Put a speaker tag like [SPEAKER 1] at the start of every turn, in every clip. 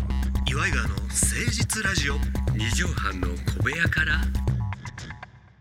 [SPEAKER 1] イガーの誠実ラジオ
[SPEAKER 2] 二畳半の小部屋から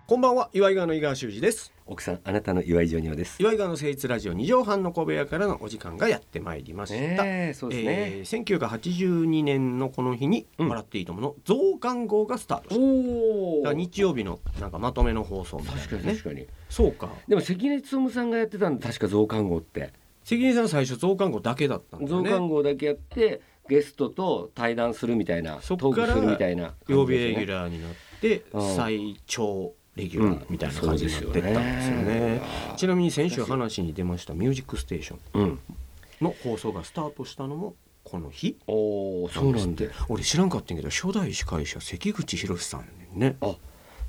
[SPEAKER 1] こんばんは岩井川の井川修司です
[SPEAKER 2] 奥さんあなたの岩井ジョニオです。
[SPEAKER 1] 岩井川の誠実ラジオ二畳半の小部屋からのお時間がやってまいりました、
[SPEAKER 2] ええそうですね。
[SPEAKER 1] えー1982年のこの日に「
[SPEAKER 2] うん
[SPEAKER 1] 笑っていいとも」の増刊号がスタートした、
[SPEAKER 2] お
[SPEAKER 1] だから日曜日のなんかまとめの放送みたい
[SPEAKER 2] 確か
[SPEAKER 1] な
[SPEAKER 2] に
[SPEAKER 1] ね
[SPEAKER 2] 確かに。
[SPEAKER 1] そうか
[SPEAKER 2] でも関根勤さんがやってたんだ確か増刊号って。
[SPEAKER 1] 関根さんは最初増刊号だけだったんだよ
[SPEAKER 2] 増刊
[SPEAKER 1] ね
[SPEAKER 2] 号だけやってゲストと対談するみたいな、
[SPEAKER 1] そ
[SPEAKER 2] ト
[SPEAKER 1] っから
[SPEAKER 2] ークするみたいな感
[SPEAKER 1] 曜
[SPEAKER 2] じ
[SPEAKER 1] 日
[SPEAKER 2] ですね、
[SPEAKER 1] レギュラーになって
[SPEAKER 2] うん
[SPEAKER 1] 最長レギュラーみたいな感じになってったんですよ
[SPEAKER 2] うんそうですよ
[SPEAKER 1] ね
[SPEAKER 2] ね
[SPEAKER 1] ちなみに先週話に出ました「ミュージックステーション
[SPEAKER 2] うん。」
[SPEAKER 1] の放送がスタートしたのもこの日
[SPEAKER 2] おおそうなんだ
[SPEAKER 1] で。俺知らんかったんやけど初代司会者関口宏さんやねんね
[SPEAKER 2] あ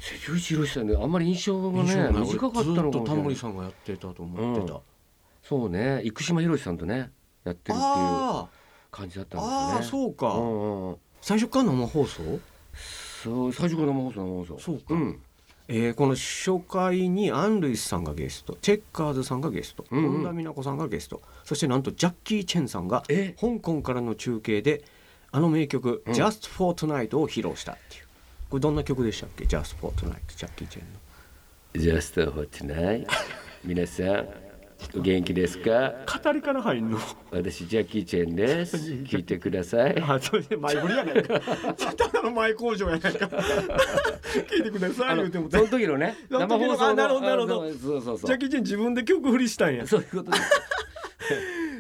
[SPEAKER 2] 関口宏さんねあんまり印象がね
[SPEAKER 1] 印象ない
[SPEAKER 2] 短かったの
[SPEAKER 1] 俺ずっ
[SPEAKER 2] か
[SPEAKER 1] と
[SPEAKER 2] も
[SPEAKER 1] タ
[SPEAKER 2] しれ
[SPEAKER 1] モ
[SPEAKER 2] な
[SPEAKER 1] リ
[SPEAKER 2] い。
[SPEAKER 1] さんがやってたと思ってた、
[SPEAKER 2] うんそうね生島宏さんとねやってるっていう
[SPEAKER 1] あ
[SPEAKER 2] 感じだっ
[SPEAKER 1] ー
[SPEAKER 2] たんですよね。
[SPEAKER 1] あーそうか、
[SPEAKER 2] うんうんうん。
[SPEAKER 1] 最初から生放送、
[SPEAKER 2] そう最初から生放送生放送。
[SPEAKER 1] そうか
[SPEAKER 2] ん。
[SPEAKER 1] えーこの初回にアン・ルイスさんがゲストチェッカーズさんがゲスト
[SPEAKER 2] うんうん
[SPEAKER 1] 本田美奈子さんがゲストそしてなんとジャッキー・チェンさんが
[SPEAKER 2] え
[SPEAKER 1] 香港からの中継であの名曲「
[SPEAKER 2] うん
[SPEAKER 1] Just for Tonight」を披露したっていうこれどんな曲でしたっけ「Just for Tonight」ジャッキー・チェンの。
[SPEAKER 2] Just for tonight 皆さんお元気ですか
[SPEAKER 1] 語りから入んの
[SPEAKER 2] 私ジャッキーチェンです聞いてください
[SPEAKER 1] あそれで前振りやないかただの前工場やないか聞いてくださ
[SPEAKER 2] あ
[SPEAKER 1] い
[SPEAKER 2] の
[SPEAKER 1] 言うても
[SPEAKER 2] その時のね
[SPEAKER 1] その
[SPEAKER 2] 生
[SPEAKER 1] 時の
[SPEAKER 2] 放送
[SPEAKER 1] あ
[SPEAKER 2] の
[SPEAKER 1] なるほどなるほど
[SPEAKER 2] あそうそうそう
[SPEAKER 1] ジャッキー・チェン自分で曲振りしたんや
[SPEAKER 2] そういうことです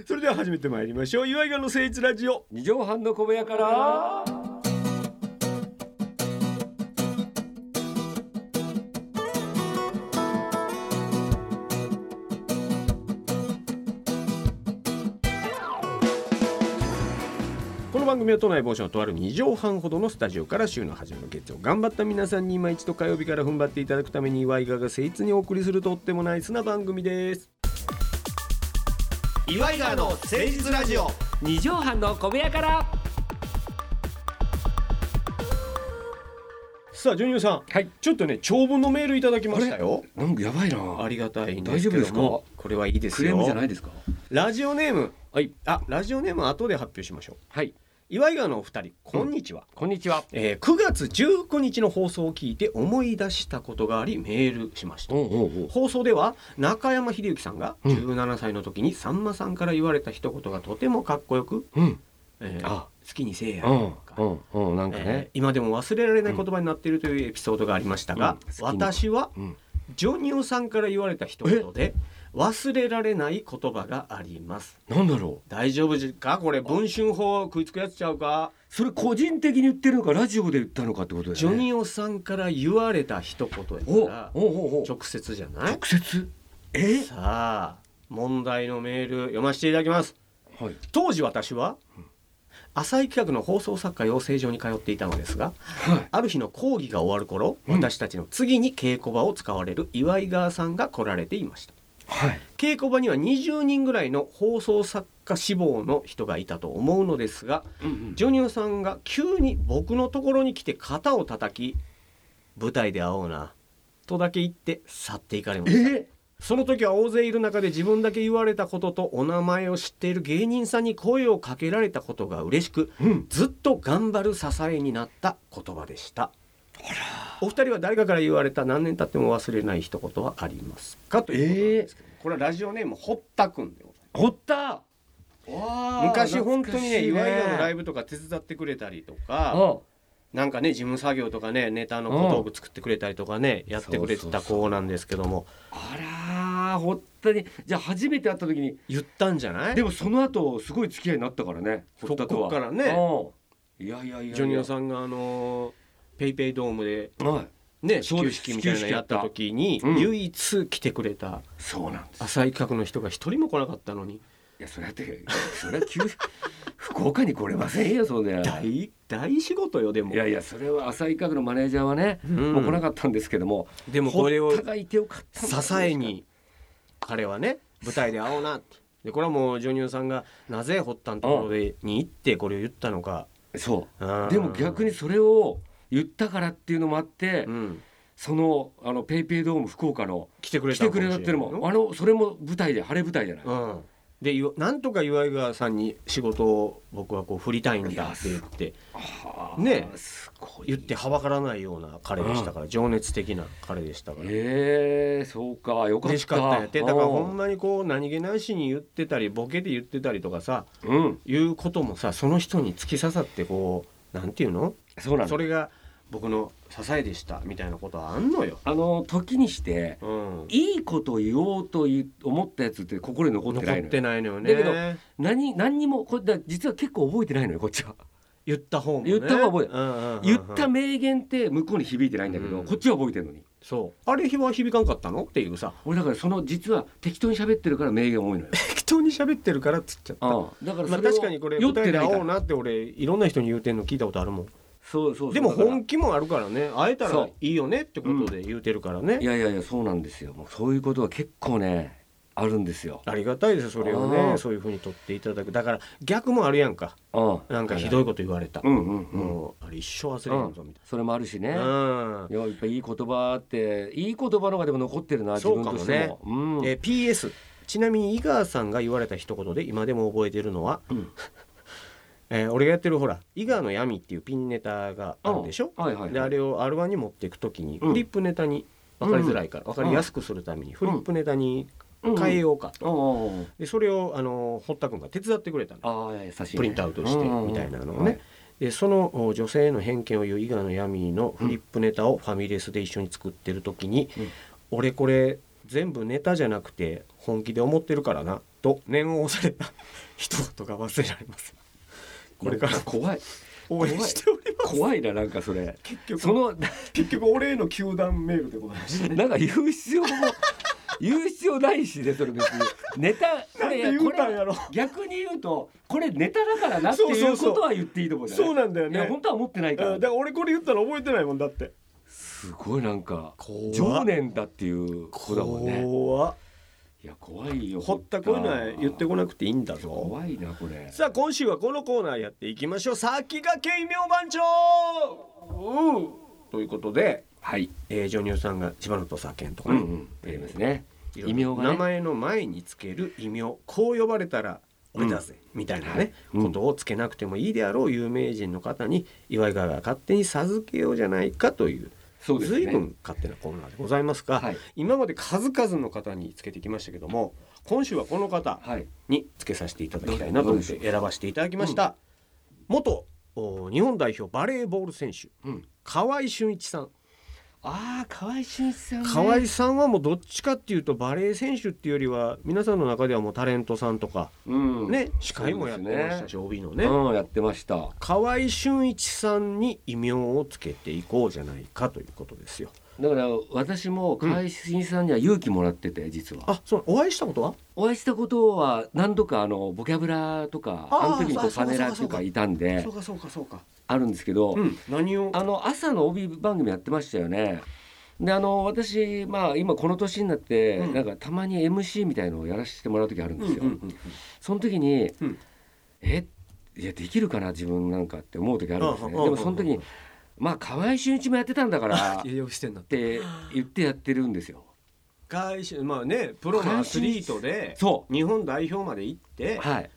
[SPEAKER 1] それでは始めてまいりましょう岩井川の誠一ラジオ
[SPEAKER 2] 二畳半の小部屋から
[SPEAKER 1] この番組は都内某所のとある2畳半ほどのスタジオから週の初めの月曜頑張った皆さんに今一度火曜日から踏ん張っていただくために岩井川が誠実にお送りするとってもナイスな番組です岩井川の誠実ラジオ
[SPEAKER 2] 二畳半の小部屋から
[SPEAKER 1] さあジョニオさん
[SPEAKER 2] はい
[SPEAKER 1] ちょっとね長文のメールいただきましたよ
[SPEAKER 2] なんかやばいな
[SPEAKER 1] ありがたいんで
[SPEAKER 2] 大
[SPEAKER 1] す
[SPEAKER 2] 丈
[SPEAKER 1] け
[SPEAKER 2] 夫です
[SPEAKER 1] ど
[SPEAKER 2] か
[SPEAKER 1] もこれはいいです
[SPEAKER 2] ク
[SPEAKER 1] よ
[SPEAKER 2] レームじゃないですか
[SPEAKER 1] ラジオネーム
[SPEAKER 2] はい
[SPEAKER 1] あラジオネームは後で発表しましょう
[SPEAKER 2] はい
[SPEAKER 1] 岩井川のお二人こんにちは、
[SPEAKER 2] こんにちは
[SPEAKER 1] えー9月19日の放送を聞いて思い出したことがありメールしました
[SPEAKER 2] おうおう
[SPEAKER 1] 放送では中山秀幸さんが
[SPEAKER 2] うん
[SPEAKER 1] 17歳の時にさんまさんから言われた一言がとてもかっこよく
[SPEAKER 2] おううん
[SPEAKER 1] 「えー
[SPEAKER 2] あ
[SPEAKER 1] 好きにせえや」
[SPEAKER 2] う
[SPEAKER 1] とか
[SPEAKER 2] んうんうんなんか
[SPEAKER 1] えー
[SPEAKER 2] ね
[SPEAKER 1] 今でも忘れられない言葉になっているというエピソードがありましたが
[SPEAKER 2] うん好きに
[SPEAKER 1] 私は
[SPEAKER 2] うん
[SPEAKER 1] ジョニオさんから言われた一言で忘れられない言葉があります
[SPEAKER 2] なんだろう
[SPEAKER 1] 大丈夫かこれ文春法食いつくやつちゃうか
[SPEAKER 2] それ個人的に言ってるのかラジオで言ったのかってことだ
[SPEAKER 1] ジ
[SPEAKER 2] よ
[SPEAKER 1] ョ
[SPEAKER 2] ね
[SPEAKER 1] ニオさんから言われた一言
[SPEAKER 2] お
[SPEAKER 1] やから
[SPEAKER 2] おおお
[SPEAKER 1] 直接じゃない
[SPEAKER 2] 直接え
[SPEAKER 1] さあ問題のメール読ませていただきます
[SPEAKER 2] はい
[SPEAKER 1] 当時私は浅井企画の放送作家養成所に通っていたのですが
[SPEAKER 2] はい
[SPEAKER 1] ある日の講義が終わる頃、
[SPEAKER 2] うん
[SPEAKER 1] 私たちの次に稽古場を使われる岩井川さんが来られていました
[SPEAKER 2] はい
[SPEAKER 1] 稽古場には20人ぐらいの放送作家志望の人がいたと思うのですがジョニオさんが急に僕のところに来て肩を叩き舞台で会おうなとだけ言って去っていかれました
[SPEAKER 2] え
[SPEAKER 1] その時は大勢いる中で自分だけ言われたこととお名前を知っている芸人さんに声をかけられたことが嬉しく
[SPEAKER 2] うん
[SPEAKER 1] ずっと頑張る支えになった言葉でしたお二人は誰かから言われた何年経っても忘れない一言はありますかということなんですけど、これはラジオネーム堀田君でござい
[SPEAKER 2] おった
[SPEAKER 1] ます昔本当にね岩井川のライ
[SPEAKER 2] ブ
[SPEAKER 1] ブとか手伝ってくれたりとか
[SPEAKER 2] あ
[SPEAKER 1] なんかね事務作業とかねネタの小道具作ってくれたりとかねやってくれてた子なんですけども
[SPEAKER 2] あらほったにじゃあ初めて会った時に
[SPEAKER 1] 言ったんじゃない
[SPEAKER 2] でもその後すごい付き合いになったからねほったと
[SPEAKER 1] そこ
[SPEAKER 2] は
[SPEAKER 1] からね
[SPEAKER 2] うんいやいやいやいや
[SPEAKER 1] ジョニオさんがあのペイペイドームで
[SPEAKER 2] んはい
[SPEAKER 1] ね始
[SPEAKER 2] そう
[SPEAKER 1] 球
[SPEAKER 2] です
[SPEAKER 1] 式みたいなのやった時に
[SPEAKER 2] 始球式やったうん
[SPEAKER 1] 唯一来てくれた
[SPEAKER 2] そうなんです
[SPEAKER 1] 浅井企画の人が一人も来なかったのに
[SPEAKER 2] いやそれだってそれは急 福岡に来れませんよそんな
[SPEAKER 1] 大大仕事よでも
[SPEAKER 2] いやいやそれは浅井家具のマネージャーはね、
[SPEAKER 1] うん
[SPEAKER 2] もう来なかったんですけども
[SPEAKER 1] でもこれを
[SPEAKER 2] 堀田がいてよかったんだ
[SPEAKER 1] 支えに彼はね舞台で会おうなってでこれはもうジョニオさんがなぜ堀田のところでに行ってこれを言ったのか
[SPEAKER 2] そう
[SPEAKER 1] あー
[SPEAKER 2] でも逆にそれを言ったからっていうのもあって、
[SPEAKER 1] うん
[SPEAKER 2] そのあのペイペイドーム福岡の
[SPEAKER 1] 来てくれ
[SPEAKER 2] 来
[SPEAKER 1] た
[SPEAKER 2] て
[SPEAKER 1] のか
[SPEAKER 2] く
[SPEAKER 1] もしれ
[SPEAKER 2] れた
[SPEAKER 1] な
[SPEAKER 2] っ
[SPEAKER 1] い
[SPEAKER 2] ていうのもあのそれも舞台で晴れ舞台じゃない、
[SPEAKER 1] うんでいわなんとか岩井川さんに仕事を僕はこう振りたいんだって言ってね
[SPEAKER 2] すごい
[SPEAKER 1] 言ってはばからないような彼でしたから情熱的な彼でしたから
[SPEAKER 2] えー、そうかよかった
[SPEAKER 1] 嬉しかったんやってだからほん
[SPEAKER 2] ま
[SPEAKER 1] まにこう何気ないしに言ってたりボケで言ってたりとかさ
[SPEAKER 2] うん
[SPEAKER 1] いうこともさその人に突き刺さってこうなんていうの
[SPEAKER 2] そうなんだ
[SPEAKER 1] それが僕の支えでしたみたいなことはあんのよ。
[SPEAKER 2] あの時にして
[SPEAKER 1] うん、
[SPEAKER 2] いいことを言おうという思ったやつって心に残ってない
[SPEAKER 1] 残っ
[SPEAKER 2] の
[SPEAKER 1] て
[SPEAKER 2] よ
[SPEAKER 1] ないのよね。
[SPEAKER 2] だけど何何にもこれだ実は結構覚えてないのよこっちは
[SPEAKER 1] 言った方も、ね、
[SPEAKER 2] 言った方は覚え
[SPEAKER 1] うんうんうんうん
[SPEAKER 2] 言った名言って向こうに響いてないんだけど、
[SPEAKER 1] うん
[SPEAKER 2] こっちは覚えてるのに
[SPEAKER 1] そうあれは響かんかったのっていうさ
[SPEAKER 2] 俺だからその実は適当に喋ってるから名言多いのよ
[SPEAKER 1] 適当に喋ってるからっつっちゃった。
[SPEAKER 2] ああだか ら
[SPEAKER 1] まあ、
[SPEAKER 2] それを
[SPEAKER 1] 確かにこれ
[SPEAKER 2] 酔っ
[SPEAKER 1] 舞
[SPEAKER 2] て
[SPEAKER 1] 台で
[SPEAKER 2] ない
[SPEAKER 1] 会
[SPEAKER 2] か
[SPEAKER 1] おう
[SPEAKER 2] ら
[SPEAKER 1] なって俺いろんな人に言うてんの聞いたことあるもん
[SPEAKER 2] そうそうそう
[SPEAKER 1] でも
[SPEAKER 2] だから
[SPEAKER 1] 本気もあるからね会えた
[SPEAKER 2] そ
[SPEAKER 1] ら
[SPEAKER 2] う
[SPEAKER 1] いいよねってことで言うてるからね、
[SPEAKER 2] いやいやいやそうなんですよもうそういうことは結構ねあるんですよ
[SPEAKER 1] ありがたいですそれを
[SPEAKER 2] あ
[SPEAKER 1] ね
[SPEAKER 2] ー
[SPEAKER 1] そういうふうに取っていただくだから逆もあるやんか
[SPEAKER 2] ああ
[SPEAKER 1] なんかひどいこと言われた、
[SPEAKER 2] うんうんうん
[SPEAKER 1] もうあれ一生忘れへんぞみたい
[SPEAKER 2] それもあるしね、
[SPEAKER 1] な、うん
[SPEAKER 2] いややっぱいい言葉っていい言葉の方がでも残ってるな自
[SPEAKER 1] そう
[SPEAKER 2] 分
[SPEAKER 1] かも
[SPEAKER 2] と
[SPEAKER 1] ね
[SPEAKER 2] してもうん
[SPEAKER 1] えー PS ちなみに井川さんが言われた一言で今でも覚えてるのは、
[SPEAKER 2] うん
[SPEAKER 1] えー俺がやってるほら「井川の闇」っていうピンネタがあるでしょ、
[SPEAKER 2] うんはいはい
[SPEAKER 1] であれを R1 に持っていく時に
[SPEAKER 2] うん
[SPEAKER 1] フリップネタに分かりづらいから、
[SPEAKER 2] うん
[SPEAKER 1] 分かりやすくするためにフリップネタに変えようかと、
[SPEAKER 2] うんうんうん
[SPEAKER 1] でそれをあのー堀田君が手伝ってくれたの
[SPEAKER 2] ああ優しい、ね、
[SPEAKER 1] プリントアウトしてみたいなのをね、
[SPEAKER 2] うんうんうん
[SPEAKER 1] でそのお女性への偏見を言う伊賀の闇のフリップネタをファミレスで一緒に作ってる時に「
[SPEAKER 2] うん
[SPEAKER 1] 俺これ全部ネタじゃなくて本気で思ってるからな」と念を押された 一言が忘れられますこれから
[SPEAKER 2] なん怖い
[SPEAKER 1] 応援しております
[SPEAKER 2] 怖いななんかそれ
[SPEAKER 1] 結局
[SPEAKER 2] その
[SPEAKER 1] 結局俺への球団メールでございま した
[SPEAKER 2] なんか言う必要も言う必要ないしねそれ別にネタこれ
[SPEAKER 1] なんで言うたんやろ
[SPEAKER 2] これ逆に言うとこれネタだからなって
[SPEAKER 1] そう
[SPEAKER 2] い
[SPEAKER 1] そう
[SPEAKER 2] う
[SPEAKER 1] そう
[SPEAKER 2] ことは言っていいと思うよね
[SPEAKER 1] そうなんだよ
[SPEAKER 2] いや
[SPEAKER 1] ね
[SPEAKER 2] 本当は思ってないから
[SPEAKER 1] うんから俺これ言ったら覚えてないもんだって
[SPEAKER 2] すごいなんか
[SPEAKER 1] 怖っ
[SPEAKER 2] 情念だっていうことだもんね
[SPEAKER 1] 怖っ
[SPEAKER 2] いや怖いよ
[SPEAKER 1] ほったこういうのは言ってこなくていいんだぞ
[SPEAKER 2] 怖いなこれ
[SPEAKER 1] さあ今週はこのコーナーやっていきましょう先駆け異名番長うんということで、
[SPEAKER 2] はい
[SPEAKER 1] えー、ジョニオさんが柴野土佐健とか
[SPEAKER 2] うん
[SPEAKER 1] ね、
[SPEAKER 2] うんありますね
[SPEAKER 1] いろい
[SPEAKER 2] 異
[SPEAKER 1] ろ
[SPEAKER 2] 名がね
[SPEAKER 1] 名前の前につける異名こう呼ばれたら俺だぜ、みたいなね、
[SPEAKER 2] うん
[SPEAKER 1] ことをつけなくてもいいであろう有名人の方に岩井川が勝手に授けようじゃないかという
[SPEAKER 2] そうですね
[SPEAKER 1] 随分勝手なコーナーでございますが、
[SPEAKER 2] はい
[SPEAKER 1] 今まで数々の方につけてきましたけども今週はこの方、
[SPEAKER 2] はい
[SPEAKER 1] につけさせていただきたいなと思って選ばせていただきました、元お日本代表バレーボール選手
[SPEAKER 2] うん
[SPEAKER 1] 河合俊一さん
[SPEAKER 2] ああ河合俊一さんね
[SPEAKER 1] 河合さんはもうどっちかっていうとバレー選手っていうよりは皆さんの中ではもうタレントさんとか、
[SPEAKER 2] うん
[SPEAKER 1] ね司会もやってましたし、OB のね、
[SPEAKER 2] うんやってました
[SPEAKER 1] 河合俊一さんに異名をつけていこうじゃないかということですよ
[SPEAKER 2] だから私も河合俊一さんには勇気もらってて実は
[SPEAKER 1] あそうお会いしたことは
[SPEAKER 2] お会いしたことは何度かあのボキャブラとか
[SPEAKER 1] あー
[SPEAKER 2] あの時にこう
[SPEAKER 1] そう
[SPEAKER 2] パ
[SPEAKER 1] か
[SPEAKER 2] ネラーってい
[SPEAKER 1] そう
[SPEAKER 2] う
[SPEAKER 1] か
[SPEAKER 2] かいたんで
[SPEAKER 1] そうかそうかそうか
[SPEAKER 2] あるんですけど
[SPEAKER 1] うん何を
[SPEAKER 2] あの朝の帯番組やってましたよねであの私まあ今この年になって
[SPEAKER 1] うん
[SPEAKER 2] なんかたまに MC みたいのをやらせてもらう時ある
[SPEAKER 1] う
[SPEAKER 2] んで
[SPEAKER 1] んう
[SPEAKER 2] す
[SPEAKER 1] ん
[SPEAKER 2] よ
[SPEAKER 1] うん
[SPEAKER 2] その時に
[SPEAKER 1] うん
[SPEAKER 2] えいやできるかな自分なんかって思う時あるんですね
[SPEAKER 1] うんうん
[SPEAKER 2] でもその時
[SPEAKER 1] う
[SPEAKER 2] に
[SPEAKER 1] ん
[SPEAKER 2] まあ河合俊一もやってたんだ からっ
[SPEAKER 1] 栄養してんだ
[SPEAKER 2] て言ってやってるんですよ
[SPEAKER 1] 会社まあねプロのアスリートで
[SPEAKER 2] そ
[SPEAKER 1] 日本代表まで行って
[SPEAKER 2] うはい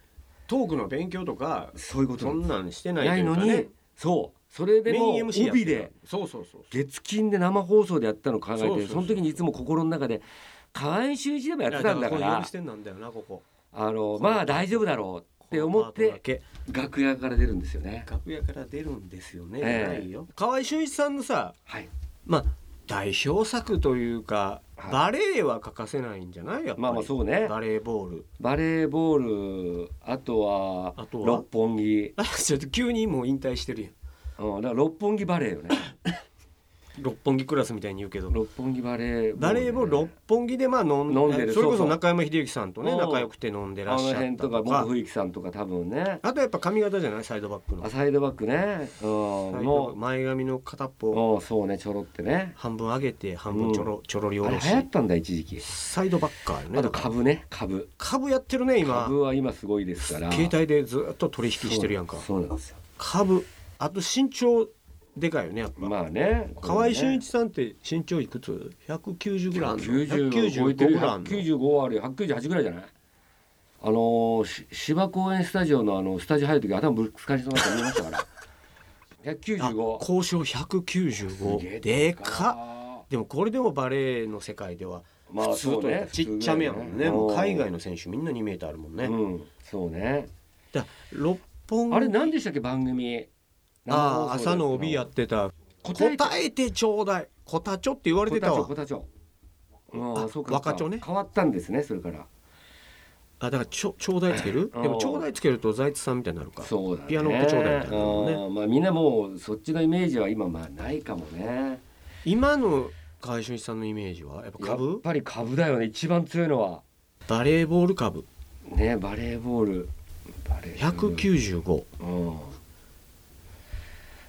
[SPEAKER 1] トークの勉強とか
[SPEAKER 2] そういうこと
[SPEAKER 1] そ
[SPEAKER 2] なん
[SPEAKER 1] ん
[SPEAKER 2] で
[SPEAKER 1] なんして
[SPEAKER 2] す
[SPEAKER 1] ない
[SPEAKER 2] ない
[SPEAKER 1] という
[SPEAKER 2] の
[SPEAKER 1] かね
[SPEAKER 2] にそうそれで
[SPEAKER 1] メ
[SPEAKER 2] も
[SPEAKER 1] イン MC やって
[SPEAKER 2] 帯
[SPEAKER 1] る
[SPEAKER 2] で
[SPEAKER 1] そうそうそう
[SPEAKER 2] 月金で生放送でやったの考えて
[SPEAKER 1] そう
[SPEAKER 2] そ
[SPEAKER 1] そうそう
[SPEAKER 2] の時にいつも心の中で河合俊一でもやってた
[SPEAKER 1] い
[SPEAKER 2] んだか
[SPEAKER 1] やこういう
[SPEAKER 2] ら
[SPEAKER 1] 視点なんだよなここ
[SPEAKER 2] あのまあ大丈夫だろうって思っ
[SPEAKER 1] このパートだ
[SPEAKER 2] て
[SPEAKER 1] け
[SPEAKER 2] 楽屋から出るんですよね。
[SPEAKER 1] 楽屋から出るんですよね、
[SPEAKER 2] ええ
[SPEAKER 1] ないよ河合俊一さんのさ
[SPEAKER 2] はい、
[SPEAKER 1] まあ代表作というか、
[SPEAKER 2] はい
[SPEAKER 1] バレエは欠かせないんじゃないやっぱり
[SPEAKER 2] まあまあそうね
[SPEAKER 1] バレーボール
[SPEAKER 2] バレーボールあとは
[SPEAKER 1] あとは
[SPEAKER 2] 六本木、
[SPEAKER 1] あちょっと急にもう引退してるやん
[SPEAKER 2] うん、だから六本木バレーよね
[SPEAKER 1] 六本木クラスみたいに言うけど
[SPEAKER 2] 六本木バレーボールね、
[SPEAKER 1] バレーボール六本木でまあ飲ん
[SPEAKER 2] 飲んでる
[SPEAKER 1] それこ
[SPEAKER 2] そうそ
[SPEAKER 1] そう中山秀樹さんとね
[SPEAKER 2] うん
[SPEAKER 1] 仲良くて飲んでら
[SPEAKER 2] あ
[SPEAKER 1] っしゃ
[SPEAKER 2] の
[SPEAKER 1] った
[SPEAKER 2] 辺とか僕
[SPEAKER 1] あ
[SPEAKER 2] 冬木さんとか多分ね
[SPEAKER 1] とやっぱ髪型じゃないサイドバックの
[SPEAKER 2] あサイドバックね、うん、
[SPEAKER 1] サイドバック
[SPEAKER 2] も
[SPEAKER 1] 前髪の片っぽ
[SPEAKER 2] ううんそうねちょろってね
[SPEAKER 1] 半分上げて半分ちょろ、ちょろり
[SPEAKER 2] あ
[SPEAKER 1] 下
[SPEAKER 2] れ
[SPEAKER 1] ろし
[SPEAKER 2] 流行ったんだ一時期
[SPEAKER 1] サイドバッカーよね
[SPEAKER 2] あと株ね株
[SPEAKER 1] 株やってるね今
[SPEAKER 2] 株は今すごいですから
[SPEAKER 1] 携帯でずっと取引してるやんか
[SPEAKER 2] そうなんですよ
[SPEAKER 1] 株あと身長でかいよねやっぱ、
[SPEAKER 2] まあね
[SPEAKER 1] 河合俊一さんって身長いくつ190ぐらいあんの
[SPEAKER 2] 九十超えて
[SPEAKER 1] 195
[SPEAKER 2] る
[SPEAKER 1] ぐらいあん
[SPEAKER 2] 百
[SPEAKER 1] の
[SPEAKER 2] 九十五あるよ百九十八ぐらいじゃないあのーし芝公園スタジオのあのスタジオ入る時頭ぶつかりそうになって見ました から
[SPEAKER 1] あ
[SPEAKER 2] 195
[SPEAKER 1] 交渉
[SPEAKER 2] す
[SPEAKER 1] 195
[SPEAKER 2] げえ
[SPEAKER 1] でかっでもこれでもバレエの世界では
[SPEAKER 2] まあ
[SPEAKER 1] 普通
[SPEAKER 2] そう
[SPEAKER 1] と
[SPEAKER 2] ね
[SPEAKER 1] ちっちゃめやもんねもう海外
[SPEAKER 2] の
[SPEAKER 1] の選手みんな2メーターあるもんね、
[SPEAKER 2] うんそうね
[SPEAKER 1] だ6本
[SPEAKER 2] あれ何でしたっけ番組
[SPEAKER 1] ああ朝の帯やってた
[SPEAKER 2] 答えて
[SPEAKER 1] 答えてちょうだいこたちょって言われ
[SPEAKER 2] こ
[SPEAKER 1] て
[SPEAKER 2] た
[SPEAKER 1] た
[SPEAKER 2] ちょ
[SPEAKER 1] わ
[SPEAKER 2] こたちょあ
[SPEAKER 1] あ
[SPEAKER 2] そうか
[SPEAKER 1] 若
[SPEAKER 2] そ
[SPEAKER 1] 丁
[SPEAKER 2] うか
[SPEAKER 1] ね
[SPEAKER 2] 変わったんですねそれから
[SPEAKER 1] あだからちょちょうだいつける
[SPEAKER 2] うん
[SPEAKER 1] でもちょうだいつけると財津さんみたいになるか
[SPEAKER 2] そうだね
[SPEAKER 1] ピアノってちょうだいみたいなのね
[SPEAKER 2] あーまあみんなもうそっちのイメージは今まあないかもね
[SPEAKER 1] 今の川合俊一さんのイメージはやっぱ
[SPEAKER 2] やっ
[SPEAKER 1] 株
[SPEAKER 2] ぱり株だよね一番強いのは
[SPEAKER 1] バレーボール株
[SPEAKER 2] ねバレーボールバレーボール
[SPEAKER 1] 195
[SPEAKER 2] うん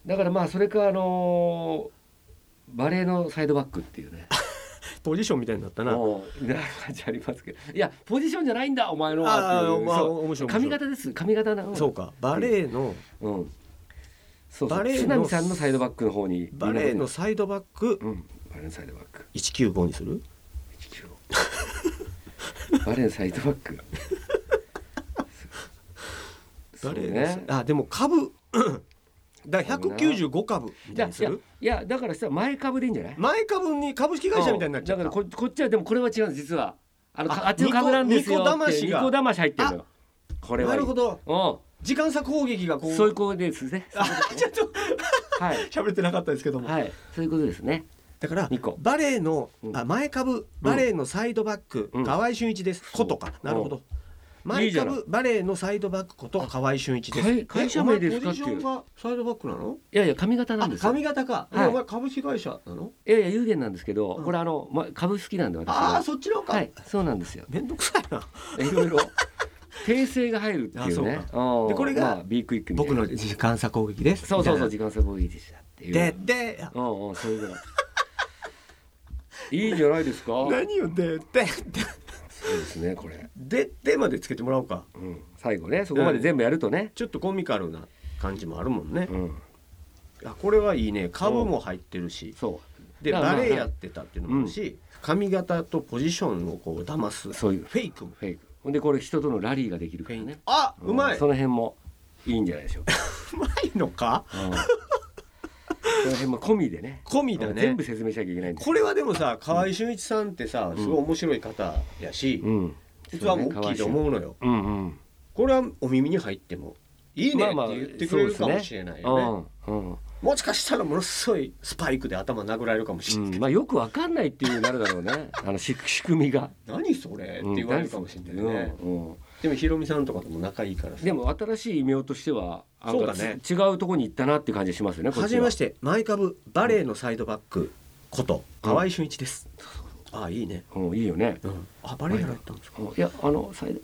[SPEAKER 2] だからまあそれかあのーバレーのサイドバックっていうね
[SPEAKER 1] ポジションみたいになったな
[SPEAKER 2] もうな感じありますけどいやポジションじゃないんだお前のは
[SPEAKER 1] あ
[SPEAKER 2] って
[SPEAKER 1] あ
[SPEAKER 2] いう
[SPEAKER 1] まあ
[SPEAKER 2] そう
[SPEAKER 1] 面白い
[SPEAKER 2] 髪型です髪型なの
[SPEAKER 1] そうかバレーの
[SPEAKER 2] うんそうそう
[SPEAKER 1] バレーの
[SPEAKER 2] 津波さんのサイドバックの方に
[SPEAKER 1] バレーのサイドバック
[SPEAKER 2] うんバレーのサイドバック
[SPEAKER 1] 195にする
[SPEAKER 2] 一応バレーのサイドバック
[SPEAKER 1] バレ
[SPEAKER 2] そう
[SPEAKER 1] ーの
[SPEAKER 2] ね
[SPEAKER 1] あでも株だから195株み
[SPEAKER 2] じ
[SPEAKER 1] たい
[SPEAKER 2] ゃ
[SPEAKER 1] にす
[SPEAKER 2] いや
[SPEAKER 1] る
[SPEAKER 2] いやだからさ前株でいいんじゃない
[SPEAKER 1] 前株に株式会社みたいになっちゃった
[SPEAKER 2] だからここっちはでもこれは違うんです実はあの
[SPEAKER 1] あ
[SPEAKER 2] ああっちの株なんですよ
[SPEAKER 1] ニコニコ魂が
[SPEAKER 2] ニコ騙し入ってるのよこれは
[SPEAKER 1] ない
[SPEAKER 2] い
[SPEAKER 1] るほど
[SPEAKER 2] ど
[SPEAKER 1] 時間差攻撃が
[SPEAKER 2] う
[SPEAKER 1] こ
[SPEAKER 2] ん
[SPEAKER 1] う
[SPEAKER 2] そういうことですね
[SPEAKER 1] あちょっと
[SPEAKER 2] はい
[SPEAKER 1] 喋ってなかったですけども、
[SPEAKER 2] はいそういうことですね
[SPEAKER 1] だから
[SPEAKER 2] ニコ
[SPEAKER 1] バレーの、
[SPEAKER 2] うん
[SPEAKER 1] あ前株バレーのサイドバック、
[SPEAKER 2] うん
[SPEAKER 1] 河合俊一です、ことかなるほど
[SPEAKER 2] いい
[SPEAKER 1] 前
[SPEAKER 2] じゃない
[SPEAKER 1] 株バレーのサイドバックこと河合俊一です
[SPEAKER 2] 会会社名ですかっていう
[SPEAKER 1] えお前ポジションがサイドバックなの
[SPEAKER 2] いやいや髪型な
[SPEAKER 1] あ
[SPEAKER 2] んですよ
[SPEAKER 1] 髪型か、
[SPEAKER 2] はい
[SPEAKER 1] お前株式会社なの
[SPEAKER 2] いやいや有限なんですけど、
[SPEAKER 1] うん
[SPEAKER 2] これあの、ま、株好きなんで私
[SPEAKER 1] ああ
[SPEAKER 2] は
[SPEAKER 1] そっちのか、
[SPEAKER 2] はいそうなんですよ
[SPEAKER 1] めんどくさいない
[SPEAKER 2] ろいろ訂正が入るってい
[SPEAKER 1] あ
[SPEAKER 2] う
[SPEAKER 1] そう
[SPEAKER 2] ね
[SPEAKER 1] か
[SPEAKER 2] うん
[SPEAKER 1] でこれが
[SPEAKER 2] まあ、B クイックみたい
[SPEAKER 1] 僕
[SPEAKER 2] な
[SPEAKER 1] の時間差攻撃です
[SPEAKER 2] そうそうそう
[SPEAKER 1] み
[SPEAKER 2] 時間差ボーイでしたっていう
[SPEAKER 1] たいなでで
[SPEAKER 2] うんうんそういうぐらいいいじゃないですか
[SPEAKER 1] 何をでで
[SPEAKER 2] そうですねこれ、
[SPEAKER 1] でででまでつけてもらおうか
[SPEAKER 2] うん、最後ねそこまで全部やるとね、
[SPEAKER 1] ちょっとコミカルな感じもあるもんね
[SPEAKER 2] う、ん
[SPEAKER 1] あこれはいいね株も入ってるし、
[SPEAKER 2] そう
[SPEAKER 1] で
[SPEAKER 2] だから
[SPEAKER 1] バ
[SPEAKER 2] まあ
[SPEAKER 1] レエやってたっていうのもあるし、髪型とポジションをこう騙す
[SPEAKER 2] そういう
[SPEAKER 1] フェイクも
[SPEAKER 2] フェイクほんでこれ人とのラリーができるからね
[SPEAKER 1] あうまい、
[SPEAKER 2] ん
[SPEAKER 1] う
[SPEAKER 2] その辺もいいんじゃないでしょうか、
[SPEAKER 1] まいのか
[SPEAKER 2] うんその辺も込みでね
[SPEAKER 1] 込みだね
[SPEAKER 2] 全部説明しなきゃいけないんで
[SPEAKER 1] これはでもさ河合俊一さんってさすごい面白い方やし、
[SPEAKER 2] うん
[SPEAKER 1] 実はもう大きいと思うのよ
[SPEAKER 2] うんうん
[SPEAKER 1] これはお耳に入ってもいいね
[SPEAKER 2] まあ
[SPEAKER 1] っ
[SPEAKER 2] まあ
[SPEAKER 1] て言ってくれるか
[SPEAKER 2] そう
[SPEAKER 1] も
[SPEAKER 2] です
[SPEAKER 1] し
[SPEAKER 2] ね
[SPEAKER 1] れないよね,、
[SPEAKER 2] うんうん
[SPEAKER 1] もしかしたらものすごいスパイクで頭殴られるかもし
[SPEAKER 2] う
[SPEAKER 1] れない、
[SPEAKER 2] んまあよくわかんないっていうなるだろ うねあのし仕組みが。
[SPEAKER 1] 何それって言われるかもしれないね、
[SPEAKER 2] うんうん
[SPEAKER 1] でもヒロミさんとかとも仲いいからさ
[SPEAKER 2] でも新しい異名としてはなんか
[SPEAKER 1] そうだね
[SPEAKER 2] つ違うとこに行ったなっていう感じがしますよね。。
[SPEAKER 1] はじめましてて、マイ株バレエのサイドバックこと河合俊一です。ああいいね。
[SPEAKER 2] うんいいよね。
[SPEAKER 1] うん、あバレエやられてたんですか。
[SPEAKER 2] うんいやあのサイド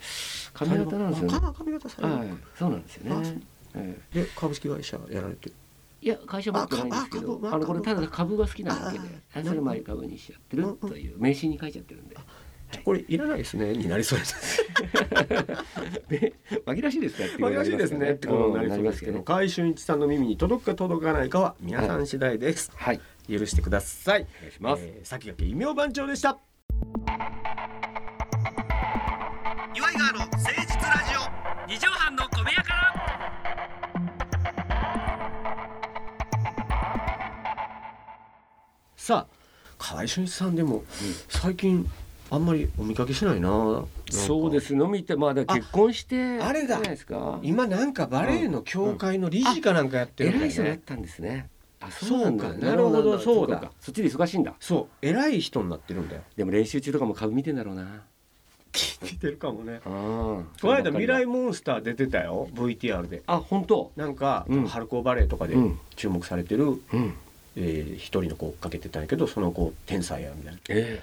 [SPEAKER 2] 髪型なんですよね。
[SPEAKER 1] あ髪型サイドバ
[SPEAKER 2] は
[SPEAKER 1] ッ
[SPEAKER 2] いそうなんですよ
[SPEAKER 1] あ
[SPEAKER 2] ね。ええ
[SPEAKER 1] ク。で株式会社やられてる。
[SPEAKER 2] いや会社持ってないんですけ
[SPEAKER 1] あか
[SPEAKER 2] ど
[SPEAKER 1] あ株まあ
[SPEAKER 2] あのこれ
[SPEAKER 1] 株
[SPEAKER 2] ただ株が好きなだけで
[SPEAKER 1] ああ
[SPEAKER 2] あそれ前株にしちゃってるという名刺に書いちゃってるんで
[SPEAKER 1] これいらないですね。になりそうです。
[SPEAKER 2] で紛らわしいですねって
[SPEAKER 1] まあ、らしいですね。ってことになりそうですけ
[SPEAKER 2] うんな
[SPEAKER 1] ど、
[SPEAKER 2] り
[SPEAKER 1] 河合俊一さんの耳に届くか届かないかは皆さん次第です。
[SPEAKER 2] はい
[SPEAKER 1] 許してください。
[SPEAKER 2] お願いします。
[SPEAKER 1] えー先駆け異名番長でした。岩井川の誠実ラジオ。
[SPEAKER 2] 二畳半の小部屋から。
[SPEAKER 1] さあ河合俊一さんでも、最近あんまりお見かけしないななんか
[SPEAKER 2] そうです飲み行ってまあだから結婚して
[SPEAKER 1] ああれだ
[SPEAKER 2] じゃないですか
[SPEAKER 1] 今なんかバレエの協会の理事かなんかやってるんだよ
[SPEAKER 2] 偉
[SPEAKER 1] ね
[SPEAKER 2] い人だったんですねあ
[SPEAKER 1] そうかなるほどそうだ
[SPEAKER 2] かそっちで忙しいんだ
[SPEAKER 1] そう偉い人になってるんだよ
[SPEAKER 2] でも練習中とかも株見てんだろうな
[SPEAKER 1] 聞いてるかもね
[SPEAKER 2] うん
[SPEAKER 1] この間未来モンスター出てたよ VTR で
[SPEAKER 2] あ本当
[SPEAKER 1] なんか、
[SPEAKER 2] うん
[SPEAKER 1] 春高バレエとかで
[SPEAKER 2] うん
[SPEAKER 1] 注目されてる、
[SPEAKER 2] うん
[SPEAKER 1] えー一人の子追っかけてたんやけどその子天才やみたいな
[SPEAKER 2] え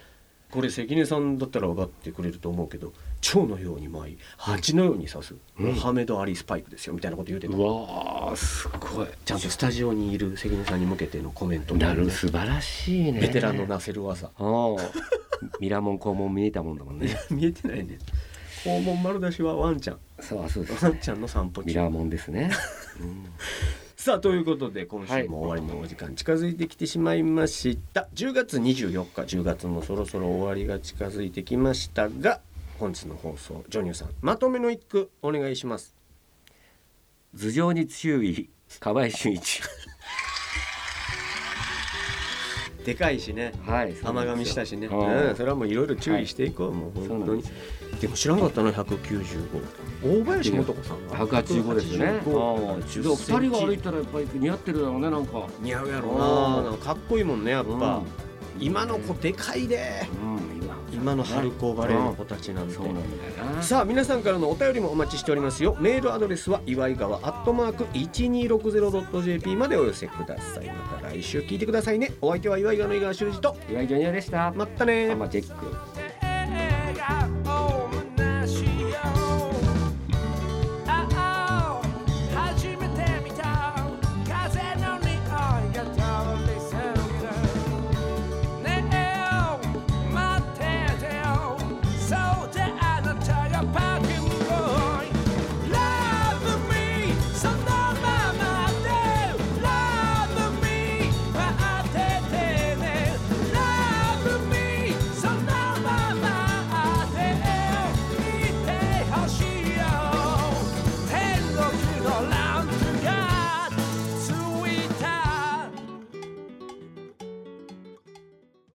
[SPEAKER 1] これ関根さんだったら分かってくれると思うけど蝶のように舞い蜂のように刺す、
[SPEAKER 2] う
[SPEAKER 1] モ
[SPEAKER 2] ん
[SPEAKER 1] ハメド・アリ・スパイクですよみたいなこと言うて
[SPEAKER 2] え
[SPEAKER 1] た
[SPEAKER 2] うわーすごい
[SPEAKER 1] ちゃんとスタジオにいる関根さんに向けてのコメントも
[SPEAKER 2] なる素晴らしいね
[SPEAKER 1] ベテランのなせる技
[SPEAKER 2] うんミラモン肛門見えたもんだもんね
[SPEAKER 1] 見えてないね肛門丸出しはワンちゃん
[SPEAKER 2] そうそうです
[SPEAKER 1] ワンちゃんの散歩
[SPEAKER 2] ミ
[SPEAKER 1] 中
[SPEAKER 2] ラモンですね、うん
[SPEAKER 1] さあということで今週も終わりのお時間近づいてきてしまいました10月24日10月もそろそろ終わりが近づいてきましたが本日の放送ジョニオさんまとめの一句お願いします
[SPEAKER 2] 頭上に注意河合俊一
[SPEAKER 1] でかいしね
[SPEAKER 2] はい
[SPEAKER 1] 甘噛みしたしね、
[SPEAKER 2] そうなんですよ
[SPEAKER 1] うん、それはもういろいろ注意していこう、もう
[SPEAKER 2] そ
[SPEAKER 1] 本
[SPEAKER 2] うな
[SPEAKER 1] 当
[SPEAKER 2] ん
[SPEAKER 1] に
[SPEAKER 2] ですよ
[SPEAKER 1] でも知らなかったな195大林素子さんが
[SPEAKER 2] 185ですよねああ
[SPEAKER 1] 185
[SPEAKER 2] 2人が歩いたらやっぱり似合ってるだろうねなんか
[SPEAKER 1] 似合うやろ
[SPEAKER 2] う
[SPEAKER 1] なんなんかかっこいいもんねやっぱ、今の子でかいで
[SPEAKER 2] うん今
[SPEAKER 1] 今の春高バレーの子たちなんて
[SPEAKER 2] そうなんだよな
[SPEAKER 1] さあ皆さんからのお便りもお待ちしておりますよメールアドレスは岩井川アットマーク 1260.jp までお寄せくださいまた来週聞いてくださいねお相手は岩井川の井川修司と
[SPEAKER 2] 岩井ジョニアでした
[SPEAKER 1] まったねー
[SPEAKER 2] マジェック
[SPEAKER 3] Hey, yeah.